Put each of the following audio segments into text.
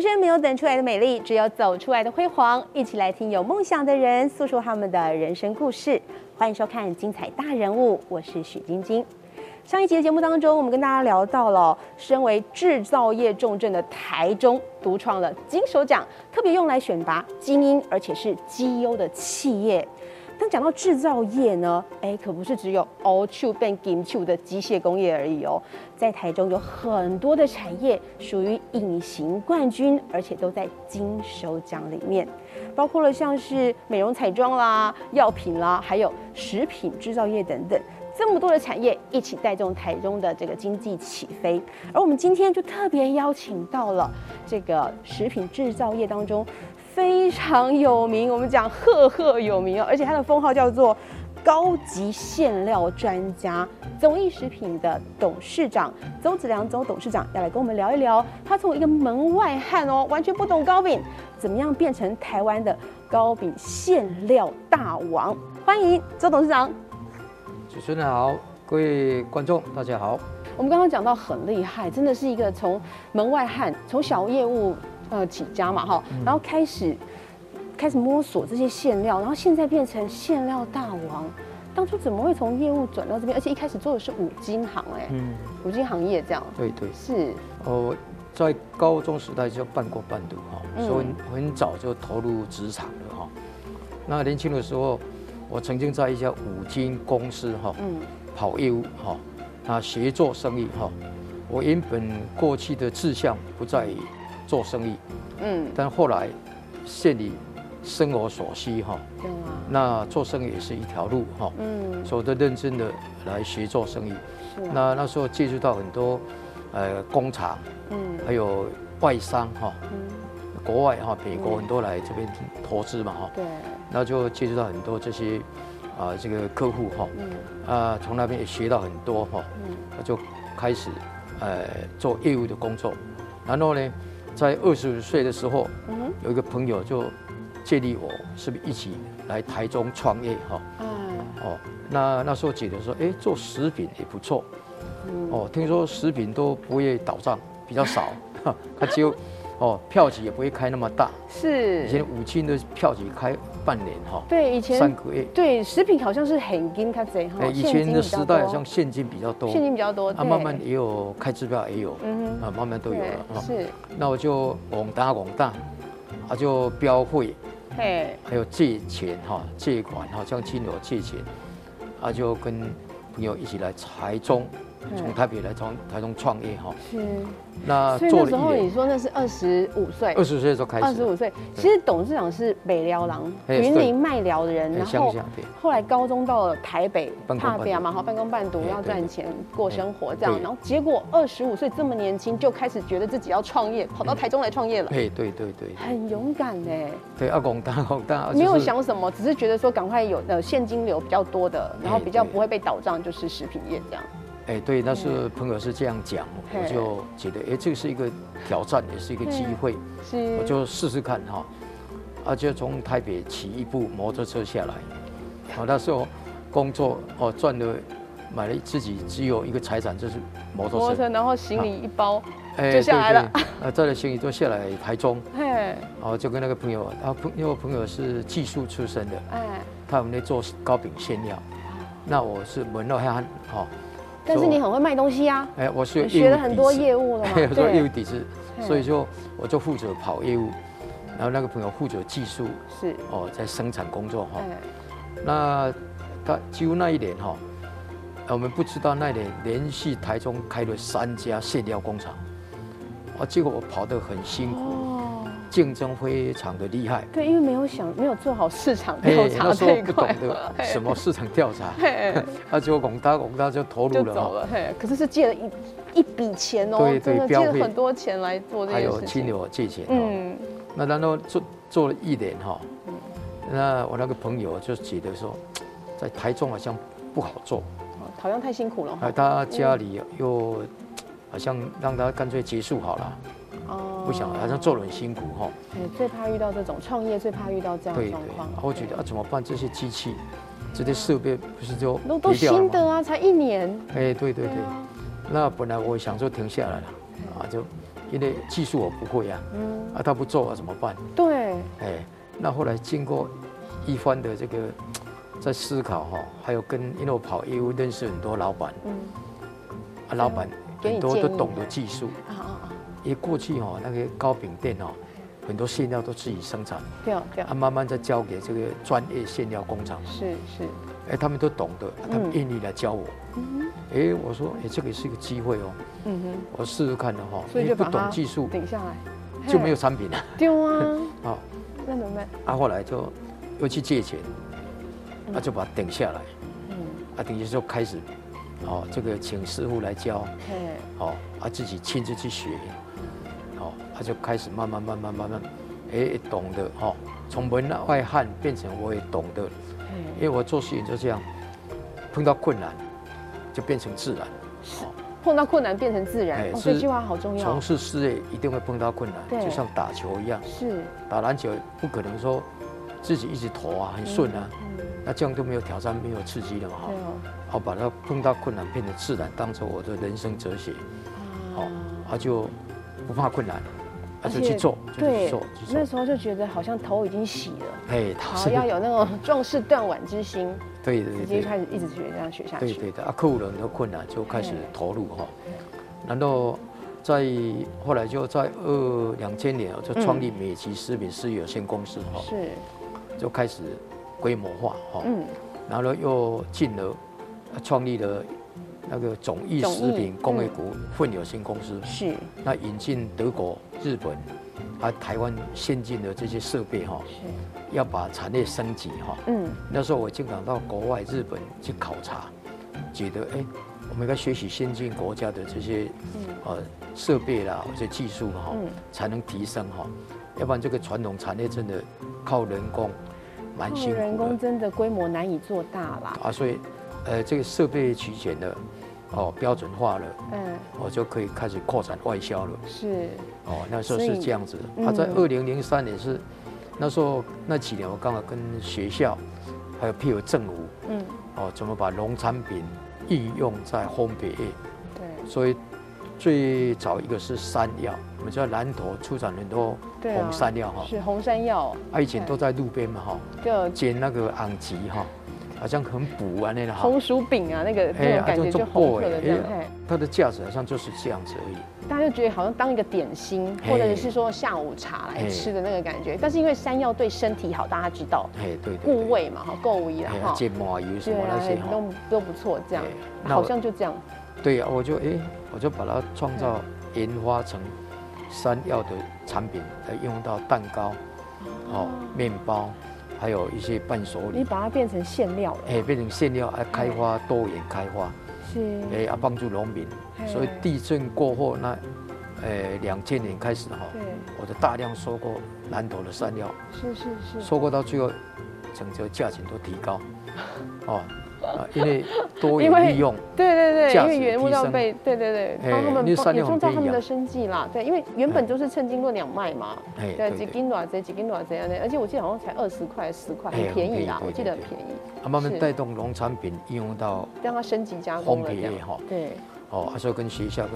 生没有等出来的美丽，只有走出来的辉煌。一起来听有梦想的人诉说他们的人生故事。欢迎收看《精彩大人物》，我是许晶晶。上一集的节目当中，我们跟大家聊到了，身为制造业重镇的台中，独创了金手奖，特别用来选拔精英而且是绩优的企业。但讲到制造业呢，哎，可不是只有 all to 变 game to 的机械工业而已哦，在台中有很多的产业属于隐形冠军，而且都在金手奖里面，包括了像是美容彩妆啦、药品啦，还有食品制造业等等。这么多的产业一起带动台中的这个经济起飞，而我们今天就特别邀请到了这个食品制造业当中非常有名，我们讲赫赫有名哦，而且他的封号叫做高级馅料专家、总益食品的董事长邹子良邹董事长要来跟我们聊一聊，他从一个门外汉哦，完全不懂糕饼，怎么样变成台湾的糕饼馅料大王？欢迎邹董事长。主持人好，各位观众大家好。我们刚刚讲到很厉害，真的是一个从门外汉，从小业务呃起家嘛哈，然后开始开始摸索这些馅料，然后现在变成馅料大王。当初怎么会从业务转到这边？而且一开始做的是五金行哎、嗯，五金行业这样对对，是哦，在高中时代就半工半读哈、嗯所以很早就投入职场了哈、那年轻的时候，我曾经在一家五金公司哈、嗯跑业务哈、那学做生意哈、我原本过去的志向不在于做生意，嗯，但后来现以生活所需哈、对啊，那做生意也是一条路哈、嗯所以我都认真的来学做生意。是啊，那那时候接触到很多，呃，工厂，嗯还有外商哈、嗯国外哈、美国嗯很多来这边投资嘛哈、对，那就接触到很多这些，啊、这个客户哈、嗯啊，从那边也学到很多哈、嗯那就开始，呃，做业务的工作。然后呢，在二十岁的时候，嗯有一个朋友就建议我，是不是一起来台中创业哈、哼，哎，哦，那那时候姐姐说，哎，做食品也不错，嗯哦，听说食品都不会倒账，比较少，哈他只有，哦，票级也不会开那么大，以前是，五金的票级开半年哈，对，以前三个月，对食品好像是很金卡贼哈，哎，以现前金的比较时代好多像现金比较多，现金比较多，啊，对慢慢也有开支票也有，嗯哼，啊，慢慢都有对，了啊，是，那我就广大广大，啊，就标会，嘿，还有借钱哈，借款哈，向亲友借钱，啊，就跟朋友一起来台中，嗯从台北来从台中创业哈。是。那所以啊做那时了候一你年，说那是二十五岁，二十岁的时候开二始十，五岁。其实董事长是北辽郎，嘿云对林麦寮的人，很然哎乡后下对，后来高中到了台北，半工半读北嘛，好半工半读嘿要对赚钱过生活这样，对然后结果二十五岁这么年轻就开始觉得自己要创业，跑到台中来创业了。哎，对对对很勇敢哎，对，阿拱大拱大，没有啊就是想什么，只是觉得说赶快有呃现金流比较多的，然后嘿比较哎对不会被倒账，就是食品业这样。哎，对，那是朋友是这样讲，嗯嘿啊我就觉得哎，这个是一个挑战，也是一个机会，是，我就试试看哈。啊，就从台北骑一部摩托车下来，啊，那时候工作哦赚的，买了自己只有一个财产就是摩摩托托车，车，然后行李一包，哎就下来了，对对啊，带着行李都下来台中，嘿，哦，就跟那个朋友，啊，朋因为我朋友是技术出身的，哎，他们在做糕饼馅料，那我是门外汉，哦，但是就你很会卖东西啊，哎，我是有你学了务很底多子，业务了 嘛，有做业务底子，所以嘿就我就负责跑业务，然后那个朋友负责技术，是，哦，在生产工作哈、哎，那他几乎那一年哈、哦，我们不知道那一年连续台中开了三家馅料工厂，啊，结果我跑得很辛苦，哦，竞争非常的厉害。对，因为没有想没有做好市场哎调，那查时候这一不块懂 得嘛，嘿什么市场调查， 嘿，啊，结果广大广大就投就入了走哈，了，嘿，可是是借了一一笔钱哦，对对真的标借了会很多钱来做这还件有事亲情，友借钱哈，嗯，那然后做做了一年哈，那我那个朋友就觉得说，在台中好像不好做，哦好像太辛苦了啊，哈，他家里又好像让他干脆结束好了，哦不想好像做得很辛苦哈，哎最怕遇到这种创业，最怕遇到这样的对对状，况然，后我觉得啊怎么办？这些机器，这些设备不是就都都没掉了新吗？的啊，才一年，哎，对对对。啊那本来我想说停下来了，啊，就因为技术我不会啊，嗯，啊，他不做啊怎么办？对，哎，那后来经过一番的这个在思考哈、还有跟因为我跑业务认识很多老板，嗯，啊，老板给你很多建都议懂吗得技术，啊啊因为过去哈、那个糕饼店哦，很多馅料都自己生产，啊，对哦对啊，哦，慢慢再交给这个专业馅料工厂，是是，哎，他们都懂得，啊他们嗯愿意来教我，嗯哎，我说哎，这个是一个机会哦，哼嗯哼，我试试看了哈、所因以就为不把懂它技术顶下来，就没有嘿产品了，丢啊，啊，那怎么办？啊，后来就又去借钱，啊，就把它顶下来。嗯，啊，等于说开始，哦，这个请师傅来教，嘿，哦，啊自己亲自去学，哦，他、就开始慢慢慢慢慢慢，哎，懂得哦，从门外汉变成我也懂得，因嘿，为我做事情就这样，碰到困难就变成自然，碰到困难变成自然，哎哦，是这句话好重要从，事事业一定会碰到困对难，就像打球一样，是，打篮球不可能说自己一直投啊，很顺啊，嗯，那这样都没有挑战，没有刺激了嘛，哈、对哦，好，把它碰到困难变成自然，当做我的人生哲学。哦，啊，他就不怕困难，他而就且去做，就去对做，去，那做。时候就觉得好像头已经洗了。哎，他好， 是要有那种壮士断腕之心，对直对接对开始一直学这样学下对去。对的啊，克服了很多困难，就开始对投入哈。然后在后来就在二两千年哦就创立美琪食品事业有限公司哈，是，就开始规模化哈，嗯，然后又进了啊创立了那个总益总嗯益食品工业股份有限公司，是那引进德国、日本啊台湾先进的这些设备哈。是，要把产业升级哈。嗯，那时候我经常到国外日本去考察，觉得哎，我们应该学习先进国家的这些呃设备啦，或者技术哈嗯，才能提升哈。要不然这个传统产业真的靠人工，蛮靠辛嗯人苦工的真的规模难以做大啦。啊。所以呃，这个设备齐全了，哦，标准化了，嗯，我就可以开始扩展外销了。是，哦，那时候所以是这样子。嗯他在二零零三年是那时候那几年，我刚好跟学校还有譬如政府嗯，哦，怎么把农产品应用在烘焙业，对所以最早一个是山药，我们知道南投出产很多对啊红，山药哈，是红山药，啊以前都在路边嘛哈，就捡那个昂吉哈，好像很补啊那个哈，红薯饼啊，那个哎那呀种感觉就就做红色的薄这样，哎嘿它的价值好像就是这样子而已。大家就觉得好像当一个点心，嘿或者是说下午茶来吃的那个感觉。但是因为山药对身体好，大家知道，哎，对对对，固胃嘛，哈，够胃啦，哎呀，哈，芥末啊油什对么啊那些，哈。都都不错，这样哎，那好我像就这样，对啊呀、我就诶，我就把它创造嗯研发成山药的产品，来应用到蛋糕、哦面包，还有一些伴手你礼，把它变成馅料了，诶，变成馅料来开发多元开发，是，诶，啊帮助农民。嘿哎所以地震过后那，诶两千年开始哈、对，我就大量收购南投的山药，是是是，收购到最后，整个价钱都提高，哦，啊因为多因为元利用。对对对，价因值为原物料提升被对对对，哎帮他们因为帮山也料创很造便宜他们啊的生计啦。对，因为原本就是称斤论两卖嘛，嗯哎对，对几对斤多少钱，几斤多少钱啊而且我记得好像才二十块、十块，哎很很便便宜宜啦，对我记得对很对便宜，啊，慢慢是带动农产品应用到让它升级加工烘了这焙样业。哈，对，哦，啊所以跟学校跟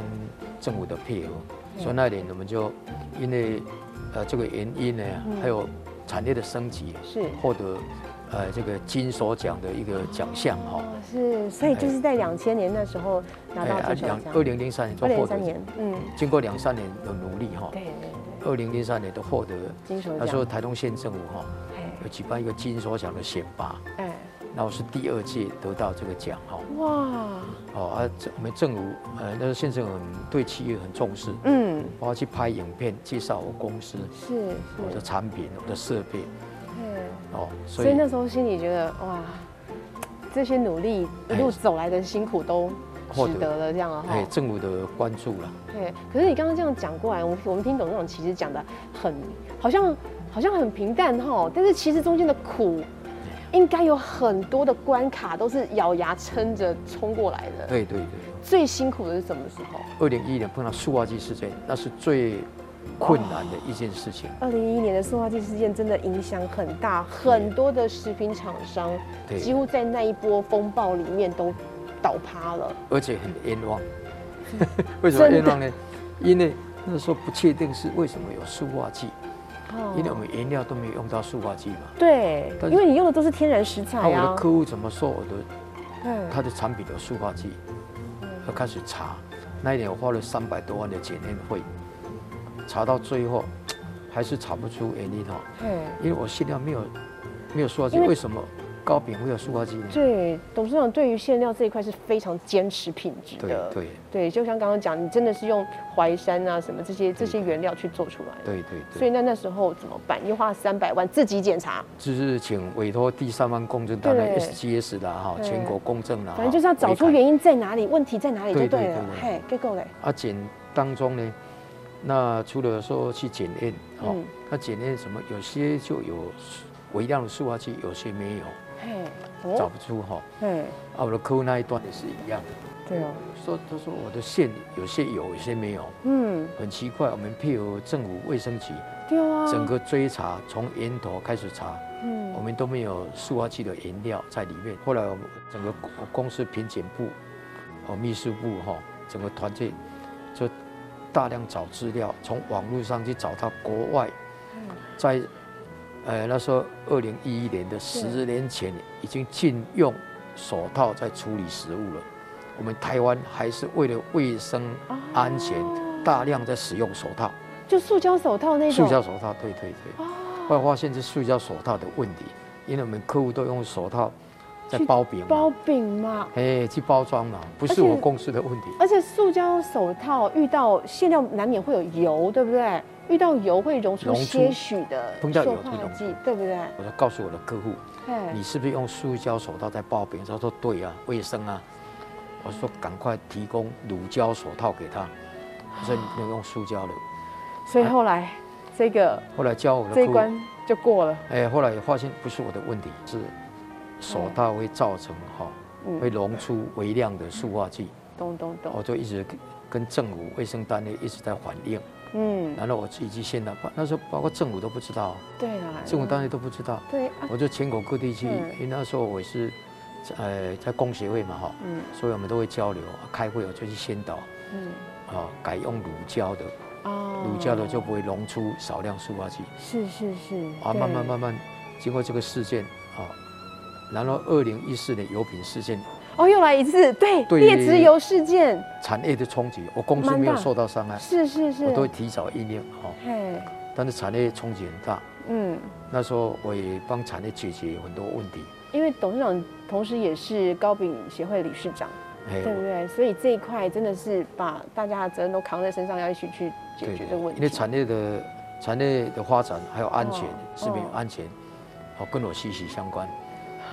政府的配合，嗯所以那一年我们就因为呃这个原因呢嗯，还有产业的升级，是获得呃这个金所奖的一个奖项哈。哦，是，哎所以就是在两千年那时候拿到这嗯啊两项奖，二零零三年就二零获零得三，年，嗯，经过两三年的努力哈，对对对，二零零三年都获得。金手那时候奖，台东县政府哈哎有举办一个金所奖的选拔，哎，那我是第二届得到这个奖哈。哇，哦啊，这我们政府呃，那时候县政府很对企业很重视，嗯，我要去拍影片介绍我公司、是我的是，产品、我的设备哎。哦，所所以以那时候心里觉得哇，这些努力一路走来的辛苦都获值得得了，这样啊哈哎，。政府的关注了，对，可是你刚刚这样讲过来，我们我们听懂那种其实讲的很好像好像很平淡哈，但是其实中间的苦。应该有很多的关卡都是咬牙撑着冲过来的。对对对。最辛苦的是什么时候？二零一一年碰到塑化剂事件，那是最困难的一件事情。二零一一年的塑化剂事件真的影响很大，很多的食品厂商对几乎在那一波风暴里面都倒趴了。嗯 而且很冤枉。为什么冤枉呢？因为那时候不确定是为什么有塑化剂，哦因为我们原料都没有用到塑化剂嘛。对，但是因为你用的都是天然食那材我啊的。客户怎么说我的嗯，他的产品有塑化剂，他开始查。那一年我花了三百多万的检验费，查到最后还是查不出原因哈，嘿因为我馅料没有没有塑化剂，因为为什么糕饼会有塑化剂呢？对，董事长对于馅料这一块是非常坚持品质对的。对对就像刚刚讲，你真的是用淮山啊什么这些这些原料去做出来的。对对啊所以对，那那时候怎么办？又花三百万自己检查，就是请委托第三方公证单位对 SGS 啦哈，对全国公证啦，反正就是要找出因。原因在哪里，问题在哪里就对对对了对。对嘿，结果嘞，啊，检当中呢，那除了说去检验哦嗯，那检验什么？有些就有微量的塑化剂，有些没有，嘿，哦找，不出哈、嘿，啊，我的客户那一段也是一样，对哦，说他说我的线有些有，有些没有，嗯，很奇怪。我们配合政府卫生局对啊，整个追查，从源头开始查，嗯我们都没有塑化剂的原料在里面。后来我们整个公公司品检部、哦秘书部哈、整个团队就大量找资料，从网络上去找到国外，哦在呃那时候二零一一年的十年前已经禁用手套在处理食物了。我们台湾还是为了卫生安全，大量在使用手套，啊就塑胶手套那种，塑胶手套，对对哦对。后来发现是塑胶手套的问题，因为我们客户都用手套在去包饼嘛，包饼嘛，哎去包装嘛，不而是且我公司的问题。而且塑胶手套遇到馅料难免会有油，对不对？遇到油会溶出溶出些许的碰到塑油化就溶剂，对不对？我就告诉我的客户，哎你是不是用塑胶手套在包饼？他说对啊，卫生啊。我说赶快提供乳胶手套给他，我说你不能用塑胶的。所以后来这个后来教我的这一客关户，就过了。哎，后来也发现不是我的问题，是手套会造成哈、嗯会哦溶出微量的塑化剂。懂懂懂，我就一直跟跟政府卫生单位一直在反映。嗯，然后我自己去现场，包那时候包括政府都不知道，对啦，政府单位都不知道，对啊，我就全国各地去，嗯因为那时候我也是，呃，在工协会嘛哈，嗯所以我们都会交流，啊开会哦我就去宣导，嗯啊，改用乳胶的，啊乳胶的就不会溶出少量塑化剂，是是是啊，慢慢对慢慢，经过这个事件啊，然后二零一四年油品事件，哦，又来一次，对，对劣质油事件，产业的冲击，我公司没有蛮大受到伤害，是是是，哎我都会提早应验哈，嘿，但是产业冲击很大，嗯，那时候我也帮产业解决很多问题。因为董事长同时也是糕饼协会理事长。哎对不对？所以这一块真的是把大家的责任都扛在身上，要一起去解对决对这个问因为题。产业的产业的发展还有安全哦、食品哦安全，哦，跟我息息相关。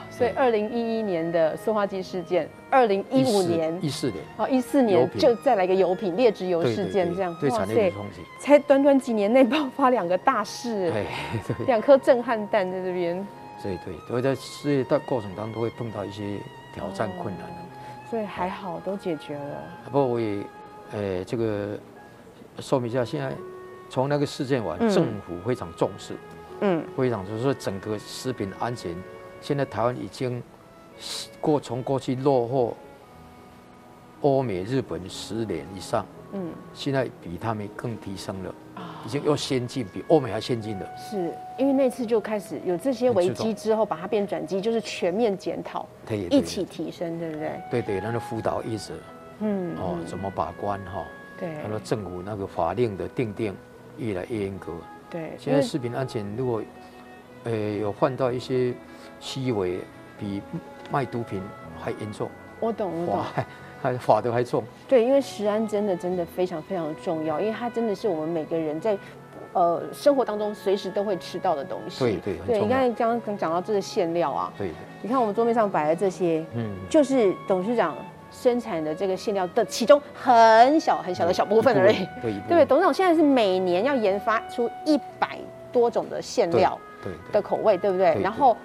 所以二零一一年的塑化剂事件，二零一五14年，一四年，哦一四油年品就再来一个油品劣质油对对事件，对这样对产业的冲击。才短短几年内爆发两个大事，哎， 对两颗震撼弹在这边。对对，所以在事业的过程当中会碰到一些挑哦战困难。啊所以还好都解决了，不过我也，呃，这个说明一下，现在从那个事件完嗯，政府非常重视，嗯，非常就是说整个食品安全，现在台湾已经过从过去落后欧美、日本十年以上，嗯，啊现在比他们更提升了，已经又先进，比欧美还先进了。是因为那次就开始有这些很危自机动之后，把它变转机，就是全面检讨，对一起提升，对不对？对对，然后辅导一直嗯，哦，怎么把关哈，对然后政府那个法令的定定越来越严格。对，现在食品安全如果呃有换到一些虚伪，比卖毒品还严重，我懂，我懂哇，。还还法的还重。对，因为食安真的真的非常非常重要，因为它真的是我们每个人在。呃，生活当中随时都会吃到的东西。对对很对，你重要刚才刚刚讲到这个馅料啊，对的，你看我们桌面上摆的这些，嗯，就是董事长生产的这个馅料的其中很小很小的小部分而已。对嗯一部分对不对？董事长现在是每年要研发出一百多种的馅对料对的对口味，对不对？对然后。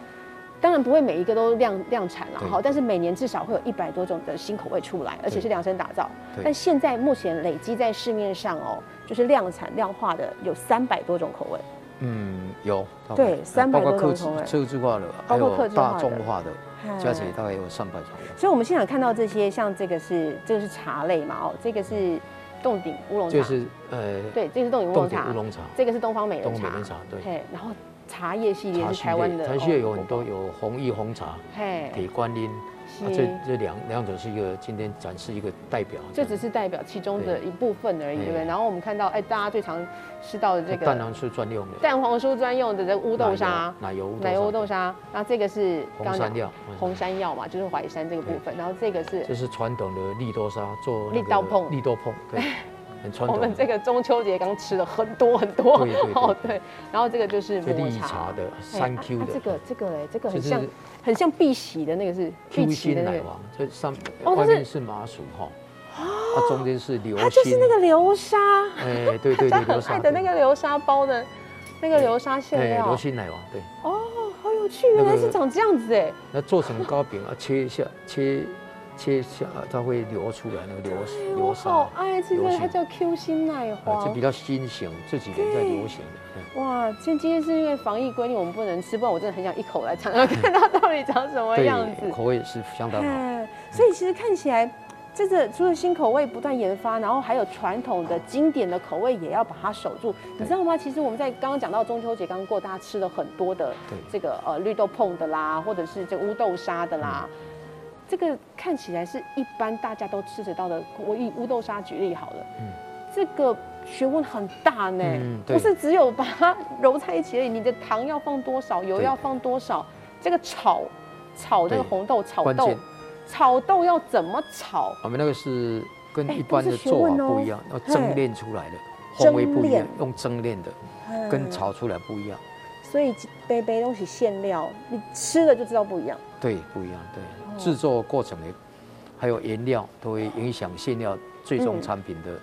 当然不会每一个都量量产了对哈，但是每年至少会有一百多种的新口味出来，而且是量身打造。对但现在目前累积在市面上哦，就是量产量化的有三百多种口味。嗯有大概对那300包括多客种口味制客制化的，包还括客有制化嗯大众化的，的加起来大概有三百种。所以我们现场看到这些，像这个是这个是茶类嘛哦，这个是冻顶乌龙茶，就是呃，对，这个是冻顶乌冻龙顶乌茶，龙茶，这个是东方美人东茶，北名茶，对，嘿，然后茶叶系列茶是系台湾列，的，茶哦系列有很多，有红玉红茶、嘿，铁观音，啊是这这两两种是一个今天展示一个代表，这样只是代表其中的对一部分而已，对不对？嗯然后我们看到，哎，大家最常吃到的这蛋个黄酥专用的蛋黄酥专用的这乌奶豆油沙、奶油乌奶油乌豆沙、沙，那这个是红山讲料、红山药嘛，就是淮山这个部分，然后这个是这是传统的利多沙做那利个刀碰利多碰， 对，很传我统的。们这个中秋节刚吃了很多很多，对对 对哦对，然后这个就是这抹绿茶的嘿三啊 Q 啊的，这个这个哎，这个这很是像很像碧玺的那个是碧 Q 玺的心那奶个，王，这上哦外这是面是麻薯哈，啊中间是流它就是心，那个流沙，哎对大 对家对很流爱沙的那个流沙包的那个流沙馅哎料流，心奶王对，哦，好有趣，原来是长这样子哎，那做成糕饼啊切一下切切一下啊它会流出来那个流哎我流沙，好爱这流个，心它叫 Q 心奶啊这黄比。较新型，这几年在流行的，哦嗯哇，今今天是因为防疫规定，我们不能吃，不然我真的很想一口来尝尝看它到底长什么样子对。口味是相当好。哎，所以其实看起来，这个除了新口味不断研发，然后还有传统的经典的口味也要把它守住，你对知道吗？其实我们在刚刚讲到中秋节刚过，大家吃了很多的对这个呃绿豆碰的啦，或者是这个乌豆沙的啦。这个看起来是一般大家都吃得到的，我以乌豆沙举例好了，嗯这个学问很大呢，嗯对不是只有把它揉在一起而已，你的糖要放多少，油对要放多少，这个炒炒这个对红豆炒关豆键，炒豆要怎么炒？我们那个是跟哎一般都的是学做法问哦不一样，要嘿蒸炼出来的，蒸风味不一样炼，用蒸炼的跟，炒出来不一样，嗯所以杯杯东西馅料，你吃了就知道不一样。对，不一样，哦对，制作过程也还有原料都会影响馅料最终嗯产品的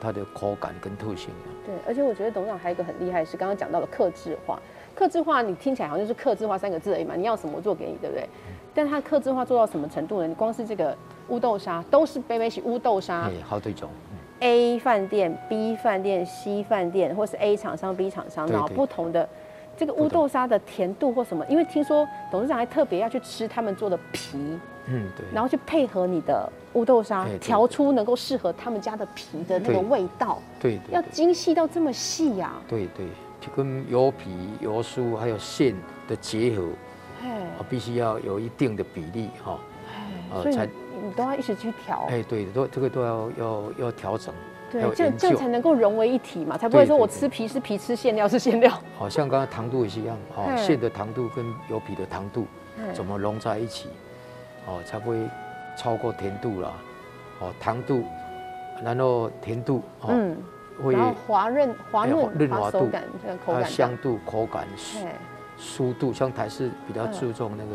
它的口感跟特性啊。对，而且我觉得董事长还有一个很厉害的是刚刚讲到的克制化，克制化你听起来好像就是克制化三个字而已嘛，你要什么做给你，对不对？嗯但它克制化做到什么程度呢？你光是这个乌豆沙都是杯杯是乌豆沙哎，好对种，嗯 A 饭店、B 饭店、C 饭店，或是 A 厂商、B 厂商，对然后对不同的这个乌不同豆沙的甜度或什么，因为听说董事长还特别要去吃他们做的皮，嗯，然对，后去配合你的乌豆沙哎对，调出能够适合他们家的皮的那个对味道，对要对精细到这么细呀、对对，跟油皮、油酥还有馅的结合哎，啊，必须要有一定的比例哦哈。所以哦才你你都要一起去调，哎，对，都这个都要要要调整。对要，这样研这样究才能够融为一体嘛，才不会对说对我对吃皮是皮，吃馅料是馅料。好像刚刚糖度也是一样，哦，嗯馅的糖度跟油皮的糖度嗯怎么融在一起，哦，才不会超过甜度啦，哦，糖度，然后甜度，哦，嗯，会然后滑润滑哎润润滑滑手度感，这个口它感香度、口感、酥哎酥度，像台式比较嗯注重那个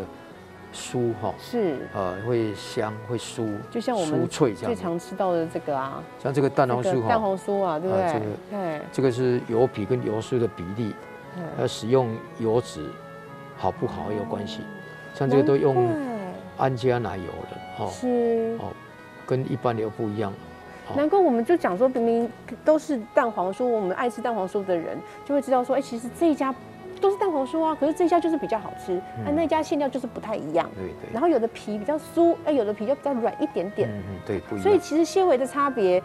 酥哈，是，呃，会香会酥，就像我们酥脆这最样子，常吃到的这个啊，像这个蛋黄这酥个蛋哈，黄酥啊，对不啊对这个？对，这个是油皮跟油酥的比例，嗯要使用油脂好不好有关系，像这个都用。难安加奶油了，怪哦是。哦，跟一般的又不一样，哦难怪我们就讲说，明明都是蛋黄酥，我们爱吃蛋黄酥的人就会知道说，哎、其实这一家都是蛋黄酥啊，可是这一家就是比较好吃，嗯那、那家馅料就是不太一样。对对，然后有的皮比较酥，哎，有的皮就比较软一点点，嗯嗯，对，不一所以样，其实纤维的差别，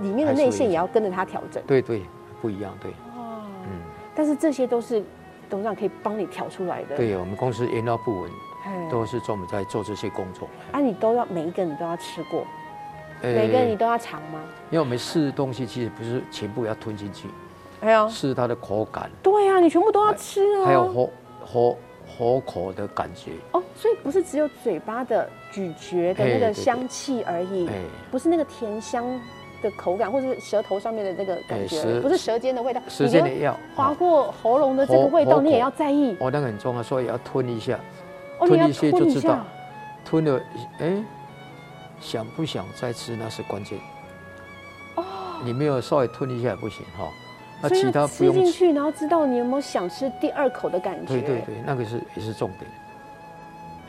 里面的内馅也要跟着它调整。对对，不一样，对，哇！嗯，但是这些都是董事长可以帮你调出来的。，对哦我们公司研料部门哎，都是专门在做这些工作，啊，你都要每一个你都要吃过，呃每一个你都要尝吗？因为我们试东西其实不是全部要吞进去，没有。试它的口感，对啊，你全部都要吃啊。还有喉喉喉口的感觉，哦，所以不是只有嘴巴的咀嚼的那嘿对个对香气而已，哎，不是那个甜香的口感，或者是舌头上面的那个感哎觉，舌不是舌尖的味道，时间的你要就划哦，过喉咙的这个味喉道，喉你也口要在意。哦，那个很重要，所以要吞一下，哦，吞你要一些就吞一知下道。吞了，哎，想不想再吃那是关键。哦，你没有稍微吞一下也不行哈、那所以其要他不吃用进吃。去，然后知道你有没有想吃第二口的感觉，对对，对，那个是也是重点。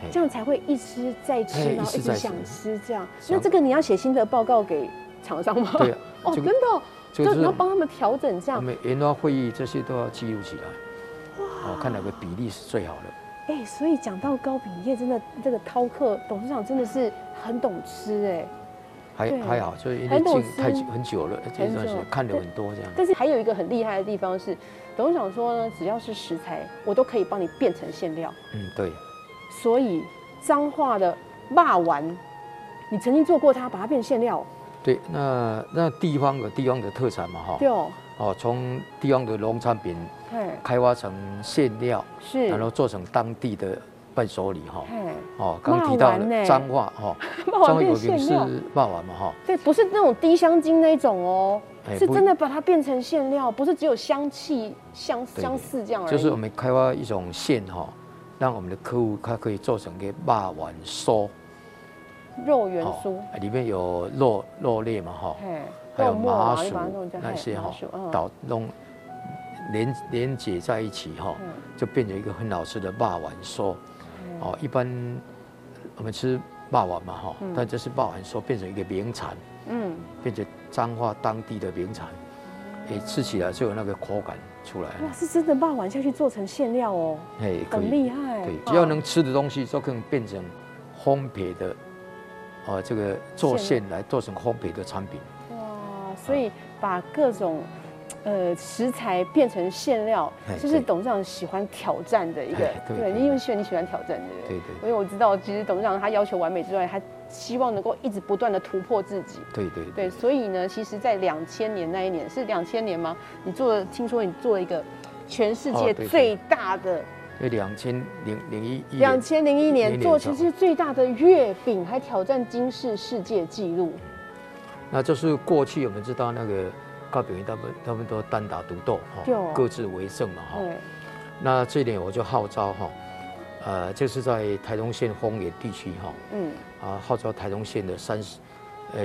嘿这样才会一吃再吃，嘿然后一一吃直再吃想吃这样。想那这个你要写心得报告给厂商吗？对啊 哦，这真个的哦，这就个你是要帮他们调整这我样。们研发会议这些都要记录起来。哦，看哪个比例是最好的。哎、所以讲到糕饼业，真的这个饕客董事长真的是很懂吃哎、还对还好，就是因为很懂进事太久很久了，这一段时很久间看了很多这样。但是还有一个很厉害的地方是，董事长说呢，只要是食材，我都可以帮你变成馅料。嗯，对，所以彰化的霸丸，你曾经做过它，把它变馅哦料，对，那那地方有地方的特产嘛哈对，哦，哦，从地方的农产品嘿，开发成馅料，是，然后做成当地的伴手礼哈。嘿， 哦，刚提到骂完呢了彰 化哈，霸丸彰化有变名馅是料，霸王嘛哈，对，不是那种低香精那一种哦，哎是不真的把它变成馅料，不是只有香气相对相似这样而已。就是我们开发一种馅哈，让我们的客户他可以做成一个霸王酥，肉元哦酥，里面有肉肉类嘛哈，嘿，还有肉末麻啊，你薯把它弄成那些哈，倒，导弄连连结在一起哈，嗯就变成一个很好吃的霸王酥。嗯哦，一般我们吃霸王嘛哈嗯，但这是霸王酥变成一个名产，嗯，变成彰化当地的名产，诶，吃起来就有那个口感出来哇，了，是真的把碗下去做成馅料哦，哎，可很以，厉害，哦对，哇只要能吃的东西都可以变成烘焙的，哦，这个做馅馅来做成烘焙的产品，哇，所以把各种呃食材变成馅料哎，这是对董事长喜欢挑战的一个哎。对对你因为喜欢你喜欢挑战的。对因对为我知道，其实董事长他要求完美之外，他希望能够一直不断的突破自己。对对对，所以呢，其实，在两千年那一年是两千年吗？你做了，听说你做了一个全世哦界对对最大的因为两千零零一一两年，千零一年年做的全世界最大的月饼，还挑战金氏世界纪录。那就是过去我们知道那个高饼他们他们都单打独斗哈、对哦各自为政嘛哈、对，那这一点我就号召哈、呃，这是在台东县丰原地区哈、嗯，啊，号召台东县的三十，呃，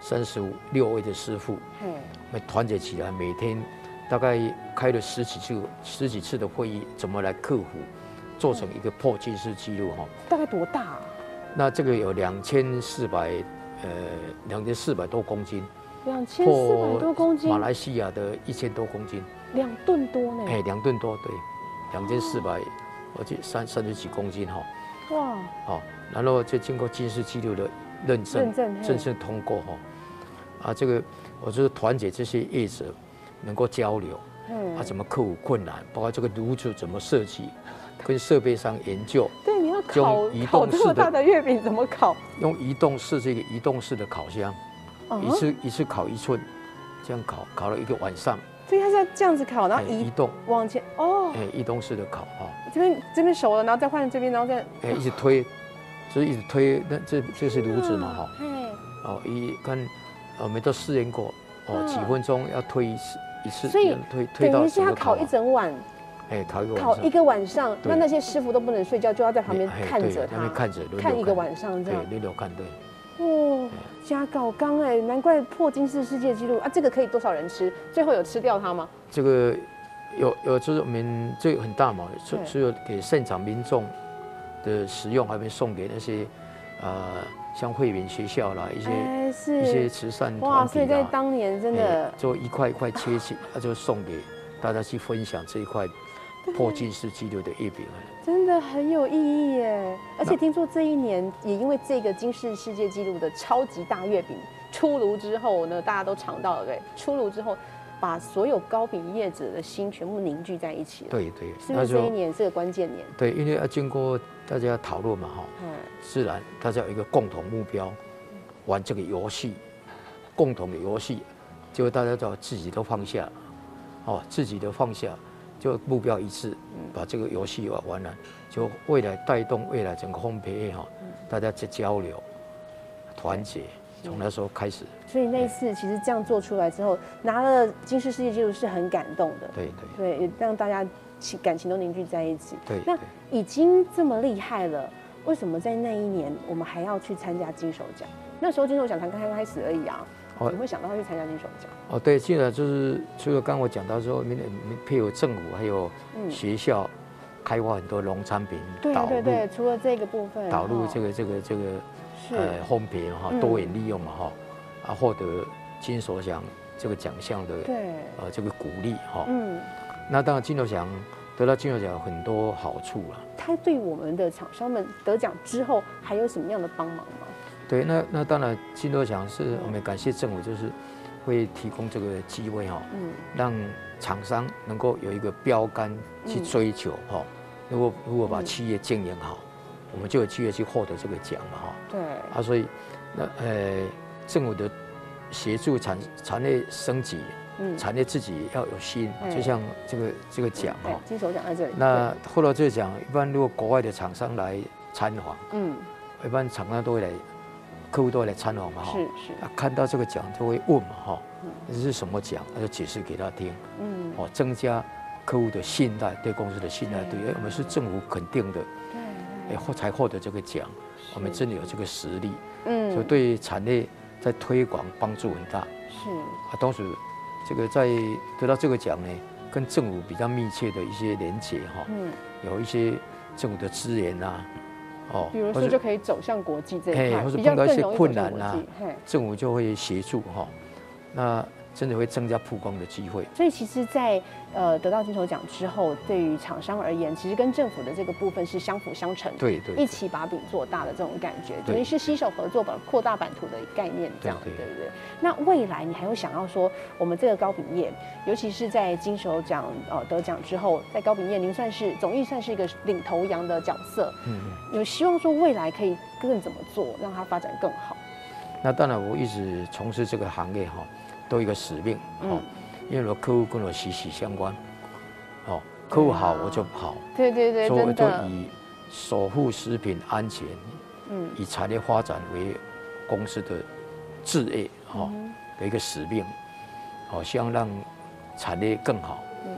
三十五六位的师傅，嘿，我们团结起来，每天大概开了十几次、十几次的会议，怎么来克服，做成一个破纪录记录哈。大概多大、啊？那这个有两千四百，呃，两千四百多公斤，两千四百多公斤马，来西亚的一千多公斤，两吨多呢。哎，两吨多，对，两千四百，我记得三三十几公斤哈。哇，哦，然后就经过金氏纪录的认证，认证嘿正式通过哈、啊，这个我就是团结这些业者能够交流，啊，嗯，怎么克服困难，包括这个炉子怎么设计，跟设备上研究，对，你要烤用移动烤这么式的大的月饼怎么烤？用移动式这个移动式的烤箱，啊一次一次烤一寸，这样烤烤了一个晚上，所以它是要这样子烤，然后哎移移动，往前哦，哎，移动式的烤哈，这边这边熟了，然后再换这边，然后再哎，一直推，就是一直推，那这这是炉子嗯嘛哈。嘿，哦，一看，呃我们都试验过，哦，几嗯分钟要推一次，一次所以推推等到于是整要个烤完一，整晚，哎，烤一个晚烤上一，个晚上，对那那些师傅都不能睡觉，就要在旁边哎看对着在那它，边看着，轮流看一个晚上这对样，。轮流看，对，哇，加搞缸哎，难怪破金氏世界纪录啊！这个可以多少人吃？最后有吃掉它吗？这个有有就是我们这个很大嘛，对是是有给现场民众的食用，还没送给那些呃像惠民学校啦，一些哎，一些是慈善哇，团体所以在啦，当年真哎的，就一块一块切起，那就送给大家去分享这一块破纪世纪录的月饼。真的很有意义耶！而且那听说这一年也因为这个金氏世界纪录的超级大月饼出炉之后呢，大家都尝到了对，出炉之后把所有糕饼业者的心全部凝聚在一起了，对对，是不那是这就一年是个关键年？对，因为要经过大家讨论嘛，哈，嗯，自然大家有一个共同目标，玩这个游戏，共同的游戏，结果大家就自己都放下，哦，自己都放下，就目标一致，嗯把这个游戏玩完了，就未来带动未来整个烘焙业哈，嗯大家去交流、团结，从那时候开始，所以那一次其实这样做出来之后，拿了金氏世界纪录是很感动的。对对对，也让大家情感情都凝聚在一起。对那对。已经这么厉害了，为什么在那一年我们还要去参加金手奖？那时候金手奖才刚刚开始而已啊，哦你会想到要去参加金手奖？哦，对，现在就是除了刚我讲到说，我们我们配合政府还有嗯学校，开发很多农产品对导对对，入除了这个部分，导入哦这个这个这个是、呃烘焙哈嗯多元利用嘛哈，啊获得金手奖这个奖项的对，呃这个鼓励哈。嗯，那当然金手奖得到金手奖有很多好处啦，他对我们的厂商们得奖之后还有什么样的帮忙吗？对，那那当然，金多奖是我们感谢政府，就是会提供这个机会哈、嗯让厂商能够有一个标杆嗯去追求哈、如果如果把企业经营好，我们就有机会去获得这个奖嘛哈、对，啊，所以那呃，政府的协助产产业升级，嗯，产业自己要有吸引嗯，就像这个这个奖哈、对，金手奖在这里。那获得这个奖，一般如果国外的厂商来参访，对嗯，一般厂商都会来，客户都会来参访嘛哈、是是，啊，看到这个奖就会问嘛哈嗯，这是什么奖？他就解释给他听，嗯，哦，增加客户的信赖，对公司的信赖，嗯对，哎我们是政府肯定的，哎，对，获才获得这个奖，我们是真的有这个实力，嗯所以对产业在推广帮助很大。啊，是，当时这个在得到这个奖呢，跟政府比较密切的一些连结哈，嗯，有一些政府的资源啊，哦比如或说就者可以走向国际这一嘿块，或是比较碰到一更些容易走困向难国啊际。嘿政府就会协助哈，那真的会增加曝光的机会。所以其实在，呃得到金球奖之后，对于厂商而言，其实跟政府的这个部分是相辅相成的，对对一起把饼做大的这种感觉，对等于是携手合作，把扩大版图的概念这样，对对对不对？那未来你还有想要说，我们这个糕饼业，尤其是在金球奖呃得奖之后，在糕饼业您算是总艺算是一个领头羊的角色，嗯。有希望说未来可以更怎么做，让它发展更好？那当然，我一直从事这个行业哈，都有一个使命嗯哈，因为我的客户跟我息息相关，哦，客户好对啊我就好，对对对，所以我真就的，以守护食品安全、嗯以产业发展为公司的置业哈嗯的一个使命，哦，希望让产业更好嗯。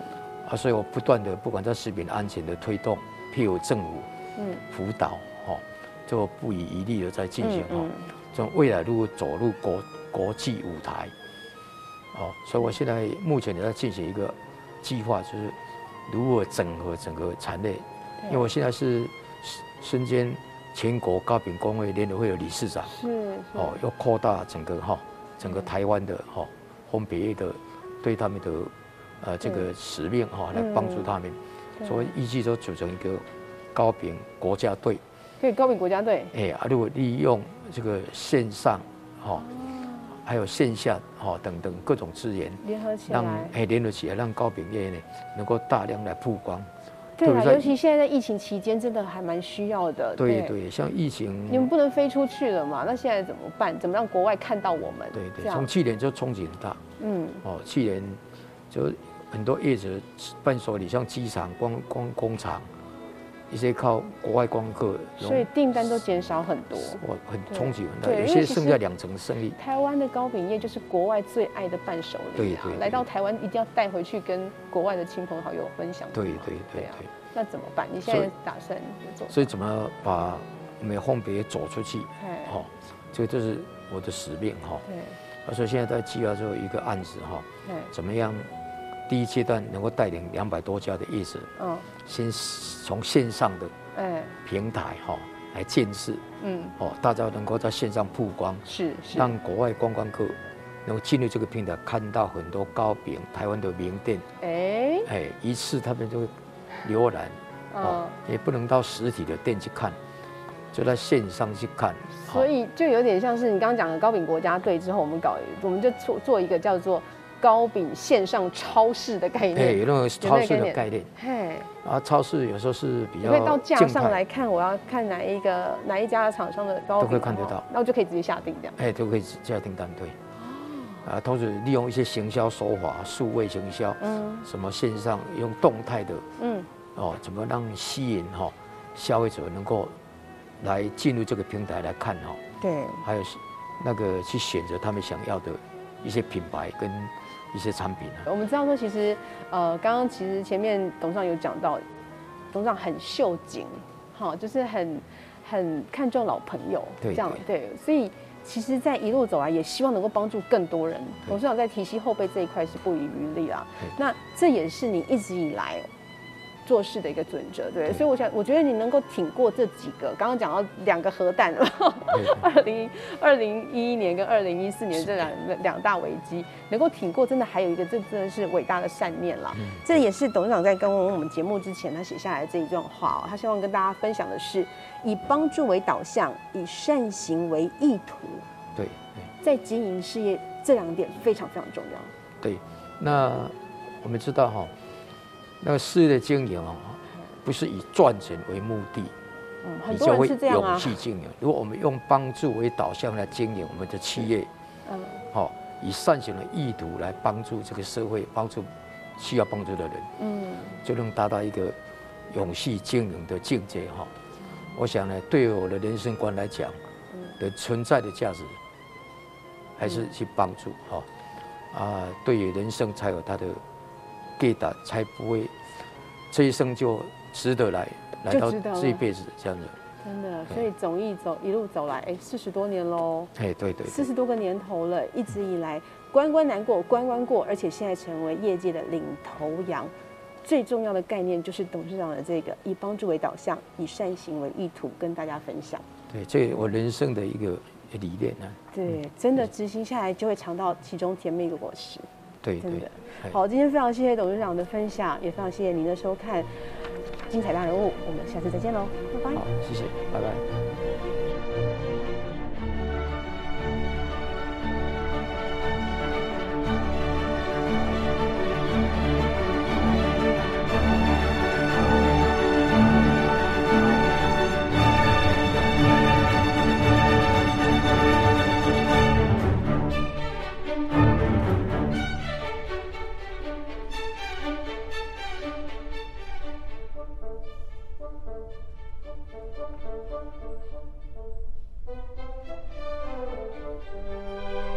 啊，所以我不断的不管在食品安全的推动，譬如政府嗯辅导哦，就不遗余力的在进行嗯哦。嗯，这种未来如果走入国国际舞台，哦，所以我现在目前也在进行一个计划，就是如何整合整个产业，因为我现在是身身兼全国糕饼工会联合会的理事长，是是哦，要扩大整个哈、整个台湾的哈、烘焙业的对他们的呃这个使命哈、来帮助他们，对所以预计就组成一个糕饼国家队。可以高饼国家队，哎、啊，如果利用这个线上，哦，还有线下，哦，等等各种资源，联合起让来。哎联合起来，让糕饼业呢能够大量来曝光。对特啊，别在尤其现在在疫情期间，真的还蛮需要的。对对，像疫你们情，不能飞出去了嘛？那现在怎么办？怎么让国外看到我们？对对，这从样，去年就冲击很大，嗯，哦，去年就很多业者伴手礼，像机场、光光工厂，一些靠国外光客，所以订单都减少很多。我很对冲击很大，对因有为些其剩实下两成生意。台湾的糕饼业就是国外最爱的伴手礼啊对对对来到台湾一定要带回去跟国外的亲朋好友分享。对对嘛对对对啊。那怎么办？你现所在以打算怎么做？所以怎么把我们烘焙走出去？哎，哦，这个就是我的使命哈、对哦。所以现在在计划做一个案子哈、对，怎么样第一阶段能够带领两百多家的业者，嗯，先从线上的哎，平台哈、来建设嗯，哦，大家能够在线上曝光，是是，让国外观光客能够进入这个平台，看到很多糕饼、台湾的名店，哎，哎，一次他们就会浏览哦嗯，，也不能到实体的店去看，就在线上去看，哦所以就有点像是你刚刚讲的糕饼国家队之后，我们搞我们就做做一个叫做糕饼线上超市的概哎，念。有那种超市的概念嘿，啊，超市有时候是比你可以到架较静上来态，看，我要看哪一个哪一家的厂商的糕饼，都可以看得到然后那我就可以直接下定这样。哎，都可以加订单对。啊，同时利用一些行销手法，数位行销，嗯什么线上用动态的嗯，哦，怎么让吸引哈、哦、消费者能够来进入这个平台来看哈、哦，对，还有是那个去选择他们想要的一些品牌跟一些产品 啊。我们知道说，其实呃，刚刚其实前面董事长有讲到，董事长很秀景，好，就是很很看重老朋友，对这样对，所以其实，在一路走来，也希望能够帮助更多人。对董事长在提携后辈这一块是不遗余力啦对。那这也是你一直以来做事的一个准则，对。对所以我想，我觉得你能够挺过这几个，刚刚讲到两个核弹，对对二零二零一一年跟二零一四年这两两大危机，能够挺过，真的还有一个，这真的是伟大的善念啦。这也是董事长在跟我们节目之前，他写下来这一段话哦，他希望跟大家分享的是，以帮助为导向，以善行为意图，对对。在经营事业这两点非常非常重要。对，那我们知道哈、那个事业的经营哦，不是以赚钱为目的，嗯，很你多就人会是这样勇啊，气经营。如果我们用帮助为导向来经营我们的企业，嗯，好、以善行的意图来帮助这个社会，帮助需要帮助的人，嗯，就能达到一个勇气经营的境界哈、我想呢，对我的人生观来讲，嗯的存在的价值，还是去帮助哈、啊，对于人生才有它的给打，才不会这一生就值得来来就到值得了这一辈子这样子。真的。所以总艺走一路走来，哎，四十多年喽。哎，对对四对十多个年头了，一直以来关关难过关关过，而且现在成为业界的领头羊。最重要的概念就是董事长的这个以帮助为导向，以善行为意图，跟大家分享。对，这我人生的一个呃理念啊呢、对，真的执行下来就会尝到其中甜蜜的果实。对对真的。哎好，今天非常谢谢董事长的分享，也非常谢谢您的收看《精彩大人物》，我们下次再见喽，拜拜好。，谢谢，拜拜。 Thank